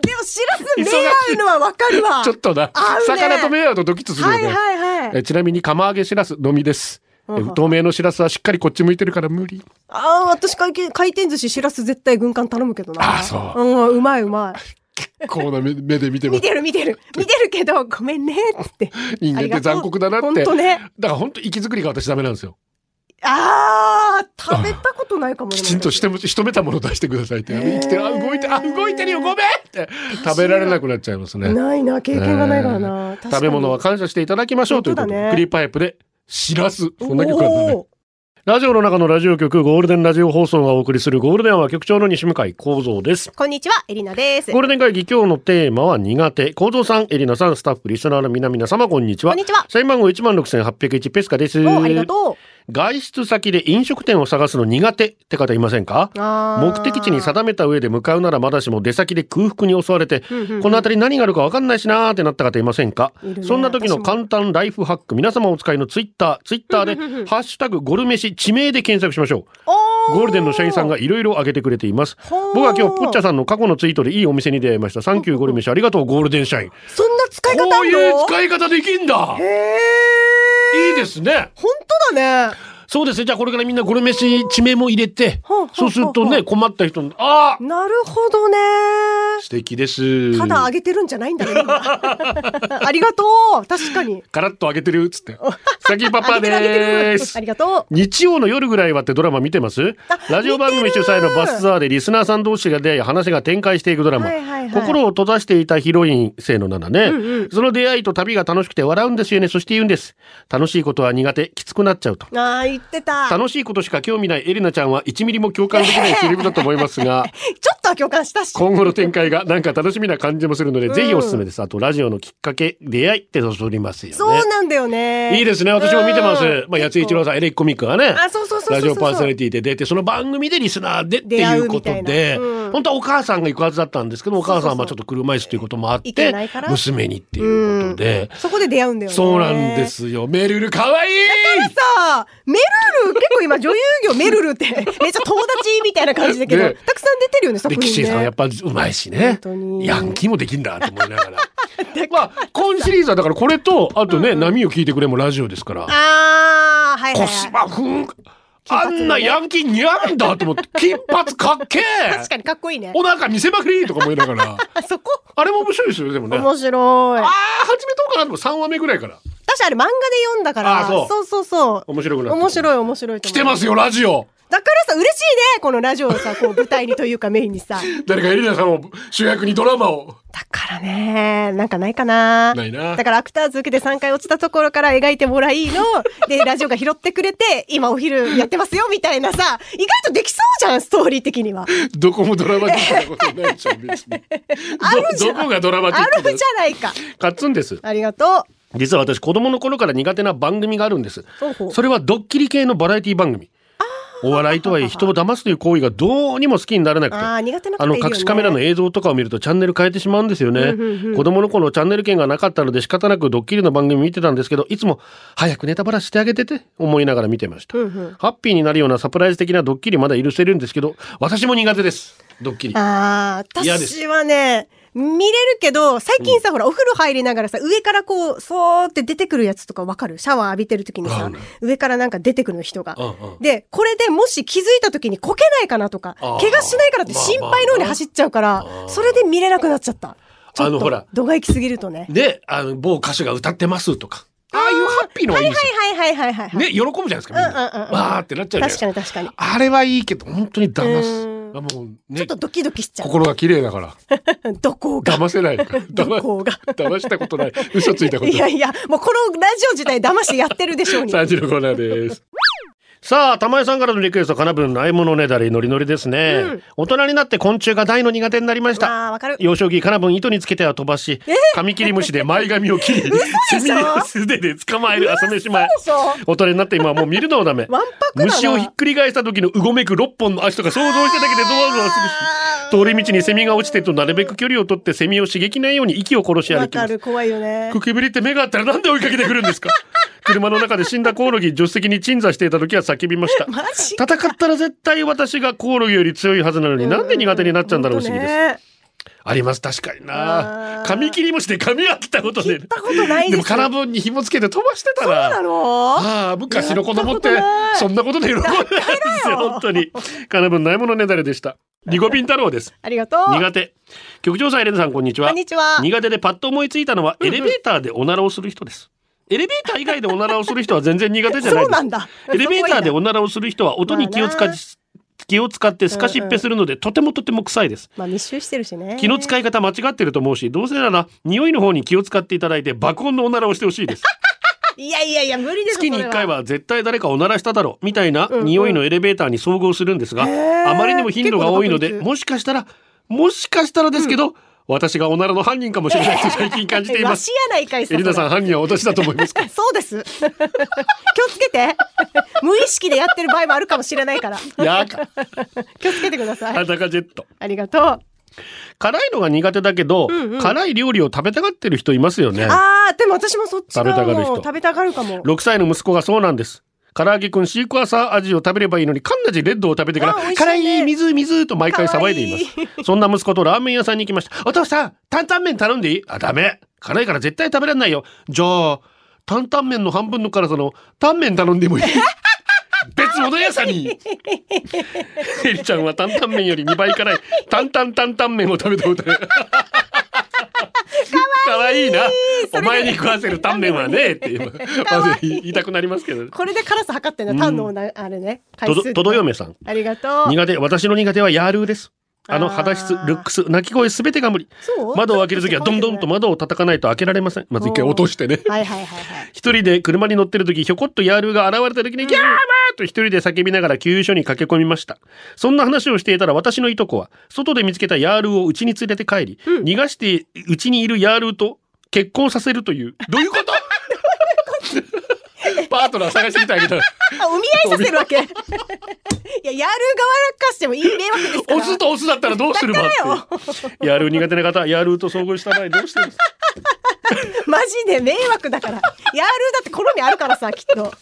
Speaker 2: でも、しらす目合うのはわかるわ。
Speaker 1: ちょっとな。
Speaker 2: 合うね
Speaker 1: 魚と目合うとドキッとするよ
Speaker 2: はい
Speaker 1: ね。
Speaker 2: はいは
Speaker 1: え
Speaker 2: い。
Speaker 1: ちなみに釜揚げしらすのみです。え
Speaker 2: うん
Speaker 1: 透明のしらすはしっかりこっち向いてるから無理。
Speaker 2: ああ、私回転、回転寿司しらす絶対軍艦頼むけどな。。
Speaker 1: あーそう
Speaker 2: うん、うまいうまい。
Speaker 1: こうな目目で見てま
Speaker 2: 見
Speaker 1: す。
Speaker 2: てる見てる。見てるけど、ごめんねって。
Speaker 1: 人間って残酷だなって。
Speaker 2: 本当ね。
Speaker 1: だから本当息づくりが私ダメなんですよ。
Speaker 2: ああ、食べたことないかもね。
Speaker 1: きちんとしても仕留めたものを出してくださいって。生きてるあ動いてあ動いてるよごめんって食べられなくなっちゃいますね。
Speaker 2: ないな、経験がないからな。
Speaker 1: 食べ物は感謝していただきましょうということ
Speaker 2: 本当だ
Speaker 1: で。
Speaker 2: ね
Speaker 1: クリーパイプで。しらす。
Speaker 2: お
Speaker 1: こんな曲なんだね。
Speaker 2: おー
Speaker 1: ラジオの中のラジオ局、ゴールデンラジオ放送がお送りするゴールデンは局長の西向井幸三です。
Speaker 2: こんにちは、エリナで
Speaker 1: ゴ
Speaker 2: す。
Speaker 1: ー
Speaker 2: こ
Speaker 1: ルデン会議今日のテーマは苦手。幸三さん、エリナさん、スタッフ、リスナーの皆々様、こんにちは。
Speaker 2: んにちは。
Speaker 1: 社員番号16,801ペスカです。
Speaker 2: おーありがと
Speaker 1: 外出先で飲食店を探すの苦手って方いませんか
Speaker 2: う。あ
Speaker 1: 目
Speaker 2: ー
Speaker 1: 的地に定めた上で向かうならまだしも出先で空腹に襲われて、この辺り何があるか分かんないしなーってなった方いませんか、
Speaker 2: いるね
Speaker 1: そんな時の簡単ライフハック皆様お使いのツイッターツイッターで「ハッシュタグゴル飯」地名で検索しましょうゴールデンの社員さんがいろいろ挙げてくれています
Speaker 2: ほー
Speaker 1: 僕は今日ポッチャさんの過去のツイートでいいお店に出会いました「サンキューゴル飯ありがとうゴールデン社員」
Speaker 2: そんな使い方あ
Speaker 1: こう
Speaker 2: るの
Speaker 1: いう使い方できんだ
Speaker 2: え
Speaker 1: いいですね
Speaker 2: ー、本当だね。
Speaker 1: そうですね。じゃあこれからみんなゴルメシ地名も入れて
Speaker 2: ほうほうほう、
Speaker 1: そうするとね、困った人の、ああ
Speaker 2: なるほどね。
Speaker 1: 素敵です。
Speaker 2: ただあげてるんじゃないんだね。み
Speaker 1: *laughs*
Speaker 2: んなありがとう。確かに。
Speaker 1: ガラッとあげてるっつって。先パパ
Speaker 2: あげてるあげて
Speaker 1: で
Speaker 2: る
Speaker 1: ーす
Speaker 2: あ。りがとう。
Speaker 1: 日曜の夜ぐらいはってドラマ見てますラジオ番組主催のバスツアーでリスナーさん同士が出会い話が展開していくドラマ、
Speaker 2: はいはいはい
Speaker 1: 心を閉ざしていたヒロイン生の7ね、その出会いと旅が楽しくて笑うんですよねそして言うんです楽しいことは苦手きつくなっちゃうと
Speaker 2: あー言ってた。ちょっ
Speaker 1: 楽しいことしか興味ないエリナちゃんは1ミリも共感できないセリフだと思います
Speaker 2: *laughs*
Speaker 1: が
Speaker 2: とは共感したし。
Speaker 1: 今後の展開がなんか楽しみな感じもするので、ぜひおすすめです。あと、ラジオのきっかけ、出会いってそそりますよね。
Speaker 2: そうなんだよね。
Speaker 1: いいですね。私も見てます
Speaker 2: うん。
Speaker 1: まあ、八つ一郎さん、エレキコミックがね
Speaker 2: あそうそうそうそう、そう
Speaker 1: ラジオパーソナリティで出て、その番組でリスナーでって
Speaker 2: 出会
Speaker 1: いううこ
Speaker 2: み
Speaker 1: と
Speaker 2: たいな
Speaker 1: で、
Speaker 2: うん
Speaker 1: 本当はお母さんが行くはずだったんですけど、お母さんはまあちょ
Speaker 2: そ
Speaker 1: っと車椅子ということもあっ
Speaker 2: いけ
Speaker 1: て
Speaker 2: ないから、
Speaker 1: 娘にっていうことで、
Speaker 2: そこで出会うんだよね。
Speaker 1: そうなんで。すよ。メルルかわいい
Speaker 2: さあ、メルル、結構今女優業メルルって、 *laughs* めっちゃ友達みたいな感じだけど、
Speaker 1: ね
Speaker 2: たくさん出てるよね、作
Speaker 1: で、
Speaker 2: 品ね。
Speaker 1: 岸井さんやっぱうまいしね
Speaker 2: 本当。に *laughs*
Speaker 1: ヤンキーもできんだと思いながら。まあ、今シリーズはだからこれと、あとね、波を聞いてくれもラジオですから。
Speaker 2: あー、はいはい、
Speaker 1: 小
Speaker 2: はい。
Speaker 1: 芝風あんなヤンキーにゃんだと思
Speaker 2: *laughs*
Speaker 1: って、金髪かっけえ
Speaker 2: 確かにかっこいいね。
Speaker 1: お腹見せまくりとか思いながら。
Speaker 2: あ、そこ
Speaker 1: あれも面白いですよね、でもね。
Speaker 2: 面白い。
Speaker 1: ああ、始めとうかなと思3話目ぐらいから。
Speaker 2: 私あれ漫画で読んだから。
Speaker 1: あそう
Speaker 2: そうそうそう。
Speaker 1: 面白くなって
Speaker 2: 面白い面白いと
Speaker 1: 来
Speaker 2: 思う
Speaker 1: てますよ、ラジオ。
Speaker 2: だからさ、嬉しいね。このラジオをさ、こう舞台にというかメインにさ。
Speaker 1: 誰かエリナさんを主役にドラマを。
Speaker 2: だからね、なんかないかな。
Speaker 1: ないな
Speaker 2: だからアクターズ受けて3回落ちたところから描いても
Speaker 1: *laughs*
Speaker 2: らいの、で、ラジオが拾ってくれて、今お昼やってますよ、みたいなさ、意外とできそうじゃん、ストーリー的には。
Speaker 1: どこもドラマティックなことないでしょ、別に。どどこがドラマティ
Speaker 2: あ
Speaker 1: ック
Speaker 2: るじ
Speaker 1: な
Speaker 2: ゃないか。
Speaker 1: カッツンです。
Speaker 2: ありがと
Speaker 1: 実は私、子供の頃から苦手な番組があるんです
Speaker 2: ほうほ。う
Speaker 1: それはドッキリ系のバラエティ番組。お笑いとはいえ人を騙すという行為がどうにも好きにならなくて。
Speaker 2: あー苦手な方
Speaker 1: あの
Speaker 2: いるよね
Speaker 1: 隠しカメラの映像とかを見るとチャンネル変えてしまうんですよね。子供の頃チャンネル権がなかったので仕方なくドッキリの番組見てたんですけど、いつも早くネタバラしてあげてて思いながら見てました。ハッピーになるようなサプライズ的なドッキリまだ許せるんですけど、私も苦手です。ドッキリ
Speaker 2: う。。ああ、
Speaker 1: 嫌です
Speaker 2: 私はね、見れるけど、最近さ、ほら、お風呂入りながらさ、上からこう、そーって出てくるやつとかわかるシャワー浴びてる時に
Speaker 1: わか
Speaker 2: さ
Speaker 1: んない、
Speaker 2: 上からなんか出てくるの人が。
Speaker 1: うんうん
Speaker 2: で、これでもし気づいた時にこけないかなとか、
Speaker 1: あー
Speaker 2: 怪我しないからって心配のように走っちゃうから、それで見れなくなっちゃった。ちょ
Speaker 1: あ
Speaker 2: っ
Speaker 1: のほ
Speaker 2: と
Speaker 1: ら、
Speaker 2: 度が行きすぎるとね。
Speaker 1: で、あの、某歌手が歌ってますとか。ああいうハッピーのがいいんですよ。
Speaker 2: はいはいはいはいはい。
Speaker 1: ね、喜ぶじゃないですか、みんな。
Speaker 2: うんうんうんうん
Speaker 1: わーってなっちゃうじゃないで
Speaker 2: 確
Speaker 1: すか
Speaker 2: か。に確かに。
Speaker 1: あれはいいけど、本当に騙す。
Speaker 2: うん
Speaker 1: あもう
Speaker 2: ちょ
Speaker 1: ね
Speaker 2: っと、ドキドキしちゃう。
Speaker 1: 心が綺麗だ
Speaker 2: *laughs*
Speaker 1: から。
Speaker 2: どこが。
Speaker 1: 騙せないから。
Speaker 2: どこが。
Speaker 1: 騙したことない。嘘ついたこと
Speaker 2: い
Speaker 1: な
Speaker 2: や
Speaker 1: い。
Speaker 2: いや、もうこのラジオ自体騙してやってるでしょうに。
Speaker 1: 3時のコーナーです。さあ、玉井さんからのリクエスト、かなぶん、ないものねだり、ノリノリですね、大人になって昆虫が大の苦手になりまし
Speaker 2: あー
Speaker 1: た。
Speaker 2: わかる。
Speaker 1: 幼少期、かなぶん糸につけては飛ばし、カミキリムシで前髪を切り、セミ *laughs* を素手で捕まえる朝飯前。
Speaker 2: そう。
Speaker 1: 大人になって今はもう見るのもダメ。
Speaker 2: わんぱくだな
Speaker 1: 虫をひっくり返した時のうごめく6本の足とか想像しただけでゾワゾワするし。通り道にセミが落ちてるとなるべく距離を取ってセミを刺激ないように息を殺し歩
Speaker 2: わ
Speaker 1: き
Speaker 2: か
Speaker 1: ま
Speaker 2: る、
Speaker 1: す。
Speaker 2: 怖いよね。
Speaker 1: クキブリって目があったらなんで追いかけてくるん
Speaker 2: *laughs*
Speaker 1: ですか車の中で死んだコオロギ助手席に鎮座していた時は叫びました。
Speaker 2: マジ
Speaker 1: 戦ったら絶対私がコオロギより強いはずなのになんで苦手になっちゃうんだろう不思議です。
Speaker 2: 本当ね
Speaker 1: あります確かにな
Speaker 2: あー
Speaker 1: カミキリムシで髪は切ったことで
Speaker 2: 切ったことないです
Speaker 1: でもカラブンに紐つけて飛ばしてたら
Speaker 2: そうなの
Speaker 1: ああ昔の子供って
Speaker 2: やったことない
Speaker 1: そんなことで喜ぶんですよ本当にカナブンないものねだれで
Speaker 2: *laughs*
Speaker 1: したリゴピン太郎です
Speaker 2: ありがとう。
Speaker 1: 苦手局長さんエレンさんこんにちは
Speaker 2: こんにちは
Speaker 1: 苦手でパッと思いついたのはエレベーターでおならをする人です、エレベーター以外でおならをする人は全然苦手じゃないです
Speaker 2: そうなんだ
Speaker 1: *laughs* エレベーターでおならをする人は音に気を使
Speaker 2: まあ
Speaker 1: っ
Speaker 2: な
Speaker 1: 気を使ってすかしっぺするので、とてもとても臭いです
Speaker 2: まあ密集してるしね。
Speaker 1: 気の使い方間違ってると思うしどうせなら匂いの方に気を使っていただいて爆音のおならをしてほしいです
Speaker 2: いやいやいや、無理です
Speaker 1: 月に1回。は絶対誰かおならしただろうみたいな
Speaker 2: うん
Speaker 1: 匂いのエレベーターに遭遇するんですが、
Speaker 2: ー
Speaker 1: あまりにも頻度が多いので
Speaker 2: 結構な確率
Speaker 1: もしかしたらもしかしたらですけど、私がおならの犯人かもしれないと *laughs* 最近感じていま
Speaker 2: わ
Speaker 1: す
Speaker 2: しやないかい
Speaker 1: エリナさん
Speaker 2: ん。
Speaker 1: 犯人は私だと思いますか
Speaker 2: そうです。 *laughs* 気をつけて。無意識でやってる場合もあるかもしれないから。 *laughs*
Speaker 1: やーか
Speaker 2: 気をつけてください。
Speaker 1: 裸ジェット
Speaker 2: ありがとう。あ
Speaker 1: 辛いのが苦手だけど、辛い料理を食べたがってる人いますよね
Speaker 2: あー、でも私もそっちだ
Speaker 1: 食べたがる
Speaker 2: も
Speaker 1: 人
Speaker 2: ん。食べたがるかも。
Speaker 1: 6歳の息子がそうなんです。唐揚げくんシークワーサー味を食べればいいのに、カンナジレッドを食べてから、
Speaker 2: あ美味しいね
Speaker 1: 辛い、水、水と毎回騒いでいます。
Speaker 2: かわ
Speaker 1: そんな息子とラーメン屋さんに行きました。お父さん、担々麺頼んでいいあ、ダメ。辛いから絶対食べられないよ。じゃあ、担々麺の半分の辛さの、タンメン頼んで
Speaker 2: *laughs*
Speaker 1: もいい別物屋さんにエリちゃんは担々麺より2倍辛い、担々担々麺を食べたことある。かわいいな。 *laughs* お前に食わせるタンメンはね、って *laughs* 言えばまず言いたくなりますけど。
Speaker 2: これで辛さ測ってんだ。タンのな、あれね。回
Speaker 1: と
Speaker 2: 数
Speaker 1: ど、とどよめさん。
Speaker 2: ありがとう。
Speaker 1: 苦手、私の苦手はヤールーです。あの
Speaker 2: あー
Speaker 1: 肌質、ルックス、鳴き声すべてが無理。
Speaker 2: そう
Speaker 1: 窓を開けるときはどんどんと窓を叩かないと開けられません。まず一回落としてね。
Speaker 2: はいはいはいはい。
Speaker 1: 一人で車に乗ってる時ひょこっとヤールーが現れた時に、ギャーマーと一人で叫びながら給油所に駆け込みました。そんな話をしていたら私のいとこは、外で見つけたヤールーを家に連れて帰り、逃がして家にいるヤールーと結婚させるという。どういうこと *laughs* パートナー探してきてあげたら、
Speaker 2: あ、お見合いさせる
Speaker 1: *laughs*
Speaker 2: わけ。いや、やる側かしてもいい迷惑ですから。
Speaker 1: オスとオスだったらどうするばっていう。ヤールー苦手な方、ヤールーと遭遇した場合どうしてるんですか
Speaker 2: マジで迷惑だから。やるだって好みあるからさ、きっ
Speaker 1: *laughs*
Speaker 2: と。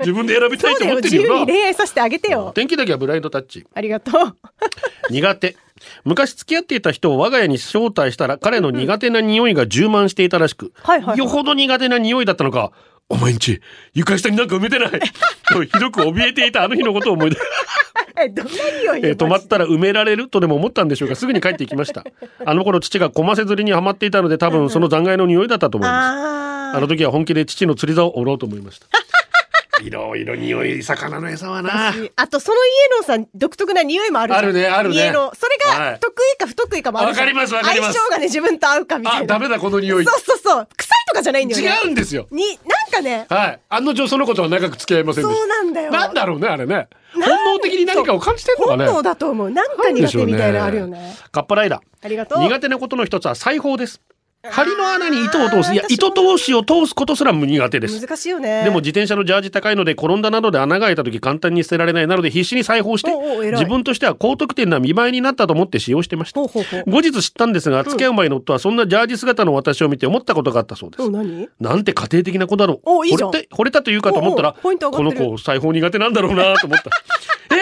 Speaker 1: 自分で選びたい
Speaker 2: そう
Speaker 1: と
Speaker 2: だよ、
Speaker 1: 思って
Speaker 2: 自
Speaker 1: る
Speaker 2: 由
Speaker 1: よ
Speaker 2: に
Speaker 1: な。
Speaker 2: 恋愛させてあげてよ。
Speaker 1: 天気だけはブラインドタッチ。
Speaker 2: ありがとう。 *laughs*
Speaker 1: 苦手。昔付き合っていた人を我が家に招待したら彼の苦手な匂いが充満していたらしく、
Speaker 2: はいはいはい
Speaker 1: よほど苦手な匂いだったのか、お前んち、床下になんか埋めてない *laughs* とひどく怯えていたあの日のことを思い出、
Speaker 2: え、どんな匂い
Speaker 1: えー止ま
Speaker 2: マ
Speaker 1: っ
Speaker 2: ジ
Speaker 1: たら埋められるとでも思ったんでしょうか、すぐに帰っていきま
Speaker 2: *laughs*
Speaker 1: した。あの頃父がコマセ釣りにハマっていたので多分その残骸の匂いだったと思います。
Speaker 2: あ
Speaker 1: あの時は本気で父の釣り竿を折ろうと思いました。 *laughs* いろいろ匂い、魚の餌はな。
Speaker 2: ーあとその家のさ独特な匂いもあるじゃん
Speaker 1: あるねあるね
Speaker 2: 家のそれ
Speaker 1: は
Speaker 2: が
Speaker 1: い
Speaker 2: 得意か不得意かもあるじゃん
Speaker 1: わかりますわかります
Speaker 2: 相性がね自分と合うかみたいな
Speaker 1: あ、ダメだ、この匂い。
Speaker 2: そうそうそう臭いとかじゃないんだよね
Speaker 1: 違うんですよ。
Speaker 2: になんかね
Speaker 1: はい。案の定そのことは長く付き合いませんでした。
Speaker 2: そうなんだよ
Speaker 1: なんだろうね、あれね。本能的に何かを感じてるのか
Speaker 2: 本
Speaker 1: ね。
Speaker 2: 能だと思うなんか苦手みたいなのあるよね
Speaker 1: カッパライダー。
Speaker 2: ありがとう
Speaker 1: 苦手なことの一つは裁縫です。針の穴に糸を通す。いや、
Speaker 2: 私
Speaker 1: 糸通
Speaker 2: も
Speaker 1: しを通すことすら苦手です。
Speaker 2: 難しいよね
Speaker 1: でも自転車のジャージ高いので転んだなどで穴が開いた時簡単に捨てられないなので必死に裁縫して
Speaker 2: おうおう偉い
Speaker 1: 自分としては高得点な見栄えになったと思って使用してました
Speaker 2: ほうほうほう
Speaker 1: 後日知ったんですが付き合う前の夫はそんなジャージ姿の私を見て思ったことがあったそうです
Speaker 2: う
Speaker 1: *laughs*
Speaker 2: ん何
Speaker 1: なんて家庭的な子だろう。
Speaker 2: おいいじゃん
Speaker 1: 惚れて惚れたというかと思った
Speaker 2: おう
Speaker 1: ら、
Speaker 2: おうポイント上
Speaker 1: こ
Speaker 2: がっ
Speaker 1: の
Speaker 2: てる
Speaker 1: 子、裁縫苦手なんだろうなと思った。 *laughs* えー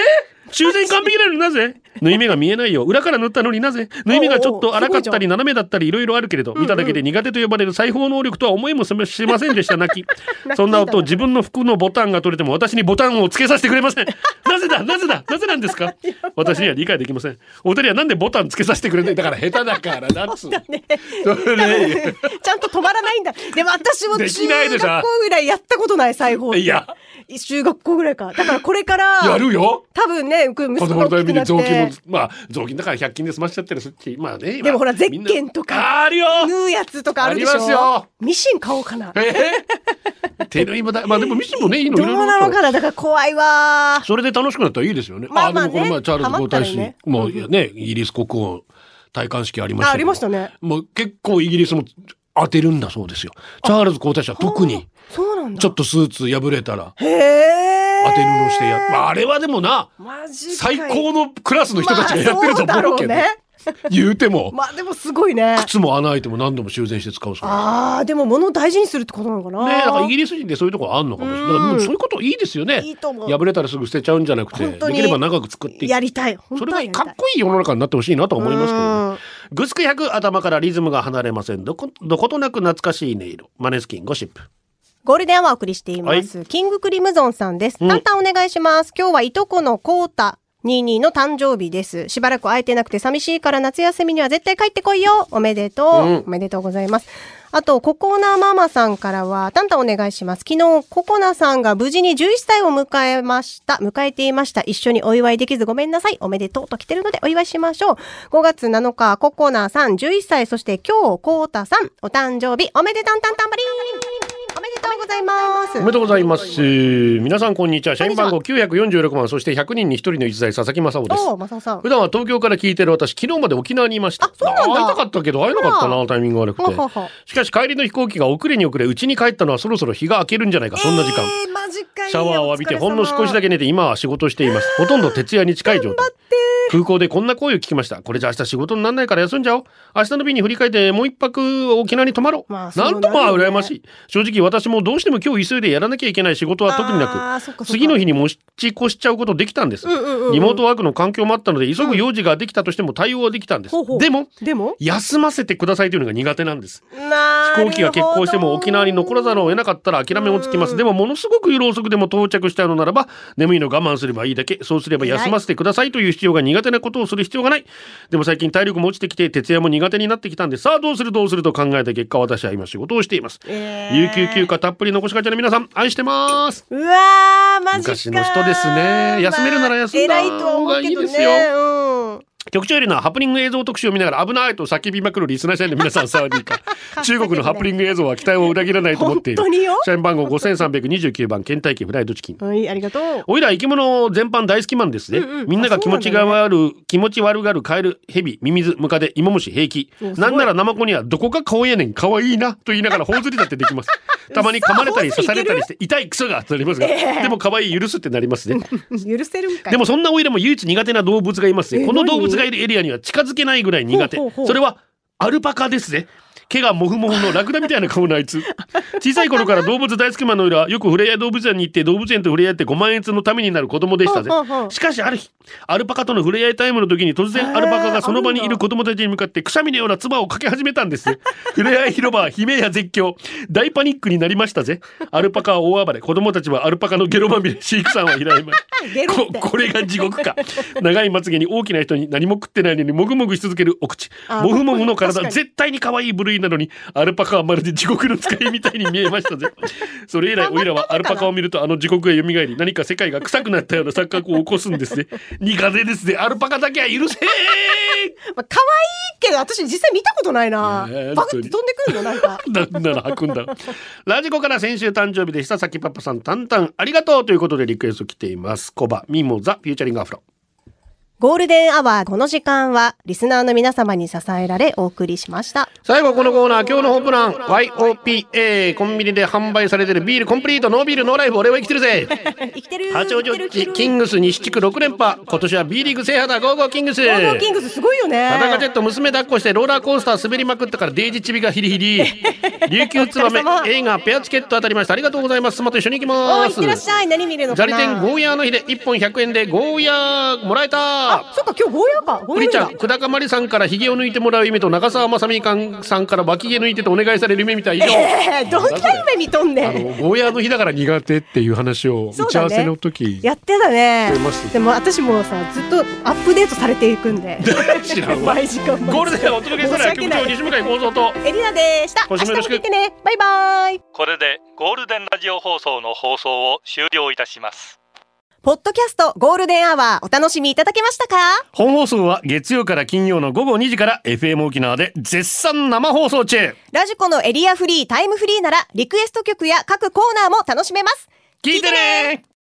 Speaker 1: 修繕完璧なのにな
Speaker 2: *laughs*
Speaker 1: ぜ縫い目が見えないよ。裏から縫ったのになぜ縫い目がちょっと荒かっ
Speaker 2: おうおうすご
Speaker 1: た
Speaker 2: いじ
Speaker 1: り斜めだったりいろいろあるけれど、見ただけで苦手と呼ばれる裁縫能力とは思いもしませんでした、泣
Speaker 2: *laughs*
Speaker 1: き。そんな夫、自分の服のボタンが取れても私にボタンをつけさせてくれませ
Speaker 2: *laughs*
Speaker 1: ん。なぜだなぜだなぜなんですか私には理解できません。お二人はなんでボタンつけさせてくれないだから下手だから、だっ
Speaker 2: *laughs*
Speaker 1: つう。 *laughs* それね
Speaker 2: ちゃんと止まらないんだでも私も
Speaker 1: でき
Speaker 2: 中
Speaker 1: ないで
Speaker 2: 学
Speaker 1: しょ
Speaker 2: 校ぐらいやったことない裁縫って
Speaker 1: いや
Speaker 2: 中学校ぐらいかだからこれから
Speaker 1: やるよ
Speaker 2: 多分ねこれ息
Speaker 1: 子
Speaker 2: 子
Speaker 1: 供
Speaker 2: が
Speaker 1: の
Speaker 2: 大
Speaker 1: た
Speaker 2: き
Speaker 1: め
Speaker 2: く
Speaker 1: に
Speaker 2: なって
Speaker 1: 雑巾もまあ雑巾だから100均で済ましちゃったりするしまあね
Speaker 2: でもほら
Speaker 1: 今
Speaker 2: ゼッケンと
Speaker 1: みん
Speaker 2: か
Speaker 1: なあるよ
Speaker 2: 縫うやつとかあるでしょ
Speaker 1: ありますよ
Speaker 2: ミシン買おうかな
Speaker 1: えー、手縫いもだまあでもミシンもねいいの
Speaker 2: どうなの
Speaker 1: いろいろ
Speaker 2: かなだから怖いわ
Speaker 1: それで楽しくなったらいいですよね、
Speaker 2: まあまあね
Speaker 1: でもこの前チャールズ皇太子、
Speaker 2: ハマったらね
Speaker 1: もういやねイギリス国王戴冠式ありましたけど
Speaker 2: あありましたね
Speaker 1: もう結構イギリスも当てるんだそうですよチャールズ皇太子は特に
Speaker 2: そうなんだ
Speaker 1: ちょっとスーツ破れたら
Speaker 2: へえ
Speaker 1: 当て布してや、まあ、あれはでもな
Speaker 2: マジかい
Speaker 1: 最高のクラスの人たちがやってると
Speaker 2: まあそうだろ
Speaker 1: 思うけ
Speaker 2: う
Speaker 1: ど、
Speaker 2: ね
Speaker 1: 言うても
Speaker 2: まあでもすごいね
Speaker 1: 靴も穴開いても何度も修繕して使うそうです
Speaker 2: あーでも物を大事にするってことなのかな
Speaker 1: ねえだからイギリス人でそういうところあんのかもしれない。だからもうそういうこといいですよね。
Speaker 2: いいと思う
Speaker 1: 破れたらすぐ捨てちゃうんじゃなくて、
Speaker 2: 本当
Speaker 1: で
Speaker 2: に
Speaker 1: きれば長く作っていく
Speaker 2: やりたい本
Speaker 1: そ
Speaker 2: 当
Speaker 1: れ
Speaker 2: は
Speaker 1: が
Speaker 2: やりたい
Speaker 1: かっこいい世の中になってほしいなとは思いますけど、
Speaker 2: うん
Speaker 1: ね。グスク100頭からリズムが離れません。どこ、どことなく懐かしい音色。マネスキンゴシップ。
Speaker 2: ゴールデンアワーお送りしています。キングクリムゾンさんです。簡単お願いします。今日はいとこのコータ。22の誕生日です。しばらく会えてなくて寂しいから夏休みには絶対帰ってこいよおめでとう、おめでとうございます。あと、ココナママさんからは、タンタンお願いします。昨日、ココナさんが無事に11歳を迎えました。迎えていました。一緒にお祝いできずごめんなさい。おめでとうと来てるのでお祝いしましょう。5月7日、ココナさん11歳、そして今日、コータさん、お誕生日、おめでたんたんたんばりーんおめでとうございま
Speaker 1: お
Speaker 2: す。
Speaker 1: めでとうございます。皆さんこんにちは。社員番号
Speaker 2: こ
Speaker 1: 946番、そして100人に1人の逸材、佐々木正夫です
Speaker 2: お。お、マサオさん
Speaker 1: 普。段は東京から聞いてる私、昨日まで沖縄にいました。
Speaker 2: あそうなんだ
Speaker 1: 会いたかったけど、会えなかった
Speaker 2: あ
Speaker 1: な、タイミング悪く
Speaker 2: ほう
Speaker 1: て
Speaker 2: ほうほう。
Speaker 1: しかし帰りの飛行機が遅れに遅れ、家に帰ったのはそろそろ日が明けるんじゃないか、そんな時間。
Speaker 2: えー、マジかよ
Speaker 1: シャワーを浴びてほんの少しだ
Speaker 2: け。
Speaker 1: け寝て今は仕事しています。ほとんど徹夜に近い状態。空港でこんな声を聞きました。これじゃ明日仕事にならないから休んじゃおう。明日の便に振り替えてもう一泊沖縄に泊まろう。
Speaker 2: まあそう
Speaker 1: な
Speaker 2: なる
Speaker 1: ん
Speaker 2: よね
Speaker 1: とまあ羨ましい。正直私もどうしても今日急いでやらなきゃいけない仕事は特に
Speaker 2: あ
Speaker 1: な
Speaker 2: ーそっかそっ
Speaker 1: く、
Speaker 2: か
Speaker 1: 次の日に持ち越しちゃうことできたんです。
Speaker 2: うんうんうんうん
Speaker 1: リモートワークの環境もあったので、急ぐ用事ができたとしても対応はできたんです。
Speaker 2: ほうほう
Speaker 1: でも、
Speaker 2: でも、
Speaker 1: 休ませてくださいというのが苦手なんです。
Speaker 2: 飛
Speaker 1: 飛行機が欠航しても沖縄に残らざるを得なかったら諦めもつきます。でもものすごく夜遅くでも到着したのならば眠いのを我慢すればいいだけ。そうすれば休ませてくださいという必要が苦手なことをする必要がない。でも最近体力も落ちてきて徹夜も苦手になってきたんでさあどうするどうすると考えた結果私は今仕事をしています。
Speaker 2: えー
Speaker 1: 有給休暇たっぷり残しがちの皆さん愛してます。
Speaker 2: うわー、マジか。
Speaker 1: 昔の人ですね休めるなら休んだ
Speaker 2: まあ偉いとは思
Speaker 1: 方が
Speaker 2: うけど
Speaker 1: いいです
Speaker 2: ね。
Speaker 1: よ
Speaker 2: うん。
Speaker 1: 局長よりのハプニング映像特集を見ながら危ないと叫びまくるリスナー社員の皆さん、サワディー
Speaker 2: *laughs*
Speaker 1: カ。中国のハプニング映像は期待を裏切らないと思っている。
Speaker 2: 本当によ
Speaker 1: 社員番号5329番、倦怠期フライドチキン。
Speaker 2: はい、ありがとう。
Speaker 1: おいら生き物全般大好きマンですね、
Speaker 2: うんうん
Speaker 1: みんなが気持ちが悪、気持ち悪がるカエル、ヘビ、ミミズ、ムカデ、イモムシ、平気。
Speaker 2: おすごい
Speaker 1: なんならナマコにはどこが顔やねん、可愛いな、と言いながら頬ずりだってでき
Speaker 2: *laughs*
Speaker 1: ます。たまに噛まれたり
Speaker 2: 嘘
Speaker 1: 刺された
Speaker 2: 頬ずりい
Speaker 1: りして、痛いクソがとなりますが、でも可愛い許すってなりますね。
Speaker 2: 許せるんかい。
Speaker 1: でもそんなオイラも唯一苦手な動物がいますね。
Speaker 2: え
Speaker 1: この
Speaker 2: 何
Speaker 1: 動物がいるエリアには近づけないぐらい苦手
Speaker 2: ほうほうほ。う
Speaker 1: それはアルパカですね。毛がモフモフのラクダみたいな顔のあ
Speaker 2: *laughs*
Speaker 1: いつ。小さい頃から動物大好きマンの裏はよく触れ合い動物園に行って動物園と触れ合って5万円のためになる子供でしたぜ
Speaker 2: ほうほうほ。う
Speaker 1: しかしある日、アルパカとの触れ合いタイムの時に突然アルパカがその場にいる子供たちに向かってくしゃみのような唾をかけ始めたん
Speaker 2: *laughs*
Speaker 1: です。触れ合い広場は悲鳴や絶叫。大パニックになりましたぜ。アルパカは大暴れ。子供たちはアルパカのゲロまみれ。飼育さんは平山。
Speaker 2: ゲロっ
Speaker 1: こ
Speaker 2: て
Speaker 1: これが地獄か長いまつげに大きな人に何も食ってないのにもぐもぐし続けるお口
Speaker 2: あ
Speaker 1: もぐもぐの
Speaker 2: 確
Speaker 1: 体
Speaker 2: かに
Speaker 1: 絶対に可愛い部類なのにアルパカはまるで地獄の使いみたいに見えま
Speaker 2: *laughs*
Speaker 1: したぜそれ以来
Speaker 2: 頑張
Speaker 1: お
Speaker 2: った
Speaker 1: いら
Speaker 2: のかな
Speaker 1: はアルパカを見るとあの地獄が蘇り何か世界が臭くなったような錯覚を起こすんですね苦手ですねアルパカだけは許せ
Speaker 2: まあ、可愛いけど、私実際見たことないな
Speaker 1: ねえ。
Speaker 2: バグって飛んでくるの、なんか。
Speaker 1: なんなら吐くんだラジコから先週誕生日で久崎パパさんタンタンありがとうということでリクエスト来ていますコバミモザフューチャリングアフロ
Speaker 2: ゴールデンアワー、この時間は、リスナーの皆様に支えられ、お送りしました。
Speaker 1: 最後このコーナー今日のホームラン YOPA コンビニで販売されてるビールコンプリートノービールノーライフ俺は生きてるぜ
Speaker 2: *laughs* 生きてる
Speaker 1: 八王
Speaker 2: 生きてる
Speaker 1: 子
Speaker 2: 生きてる
Speaker 1: キングス西地区6連覇今年は B リーグ制覇だゴーゴーキングス
Speaker 2: ゴーゴーキングスすごいよね。
Speaker 1: 田中ジェット娘抱っこしてローラーコースター滑りまくったからデイジチビがヒリヒ
Speaker 2: *laughs*
Speaker 1: リ琉球ツバメ
Speaker 2: お疲れ様
Speaker 1: 映画ペアチケット当たりましたありがとうございます妻と一緒に行き
Speaker 2: お
Speaker 1: ま
Speaker 2: ーいっ
Speaker 1: す
Speaker 2: てらっしゃい。何見るの
Speaker 1: 砂
Speaker 2: か
Speaker 1: 利
Speaker 2: な
Speaker 1: 店ゴーヤーの日で1本100円でゴーヤーもらえた
Speaker 2: あ、そっか、今日ゴーヤーか。ゴー
Speaker 1: 栗
Speaker 2: ヤー
Speaker 1: ちゃ
Speaker 2: だ
Speaker 1: ん、久高まりさんからヒゲを抜いてもらう夢と中澤まさみかんさんから脇毛抜いてとお願いされる夢みたい以上
Speaker 2: えー、どんな夢見とんね
Speaker 1: あの
Speaker 2: ん。
Speaker 1: ゴーヤーの日だから苦手っていう話を
Speaker 2: そう
Speaker 1: 打ち合
Speaker 2: だね
Speaker 1: わせの時、
Speaker 2: やってたね
Speaker 1: 出ます。
Speaker 2: でも私もうさ、ずっとアップデートされていくんで。
Speaker 1: *laughs* 知らんわ
Speaker 2: 毎時間。
Speaker 1: ゴールデンをお届けしたら
Speaker 2: 申し
Speaker 1: 局
Speaker 2: 訳な
Speaker 1: 長
Speaker 2: い
Speaker 1: 西向井光三と
Speaker 2: エリナでした。明
Speaker 1: 今週
Speaker 2: 日
Speaker 1: も
Speaker 2: も
Speaker 1: よろしく
Speaker 2: 聞いてね。バイバイ。
Speaker 3: これでゴールデンラジオ放送の放送を終了いたします
Speaker 2: ポッドキャストゴールデンアワーお楽しみいただけましたか
Speaker 1: 本放送は月曜から金曜の午後2時から FM 沖縄で絶賛生放送中
Speaker 2: ラジコのエリアフリー、タイムフリーならリクエスト曲や各コーナーも楽しめます。
Speaker 1: 聞いてね